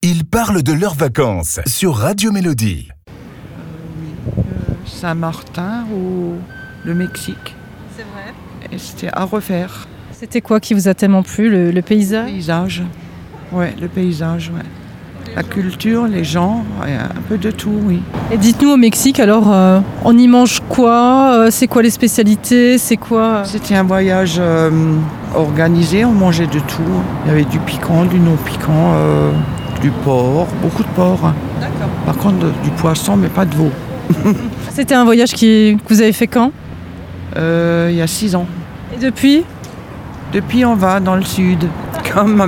ils parlent de leurs vacances sur Radio Mélodie. Saint-Martin ou le Mexique. C'est vrai. Et c'était à refaire. C'était quoi qui vous a tellement plu Le, le Le paysage paysage. Ouais, le paysage, ouais. La culture, les gens, ouais, un peu de tout, oui. Et dites-nous au Mexique, alors, euh, on y mange quoi Euh, C'est quoi les spécialités C'est quoi C'était un voyage euh, organisé, on mangeait de tout. Il y avait du piquant, du non piquant, euh, du porc, beaucoup de porc. hein. D'accord. Par contre, de- du poisson, mais pas de veau. C'était un voyage qui, que vous avez fait quand Euh, il y a six ans. Et depuis Depuis, on va dans le sud. Quand ma,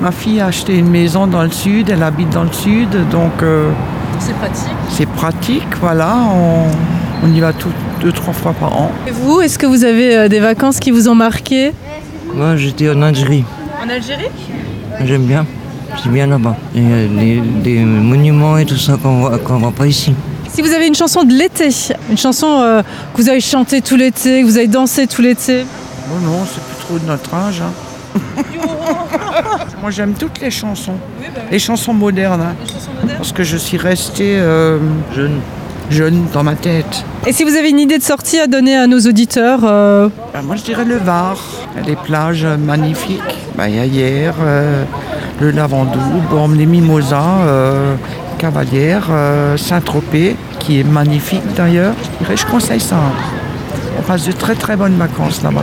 ma fille a acheté une maison dans le sud, elle habite dans le sud, donc euh, C'est pratique. c'est pratique, voilà. On, on y va tout, deux, trois fois par an. Et vous, est-ce que vous avez euh, des vacances qui vous ont marqué Moi, j'étais en Algérie. En Algérie J'aime bien. C'est bien là-bas. Il y a des, des monuments et tout ça qu'on voit, qu'on voit pas ici. Si vous avez une chanson de l'été, une chanson euh, que vous avez chantée tout l'été, que vous avez dansé tout l'été, Bon, non, c'est plus trop de notre âge. hein. Moi, j'aime toutes les chansons, les chansons modernes, hein, parce que je suis restée euh, Jeune. jeune dans ma tête. et si vous avez une idée de sortie à donner à nos auditeurs, euh, Ben, moi, je dirais le Var, les plages magnifiques. Ben, Il y a hier, euh, le Lavandou, Bormes, les Mimosas, euh, Cavalière, euh, Saint-Tropez, qui est magnifique d'ailleurs. Je dirais, je conseille ça. On passe de très très bonnes vacances là-bas.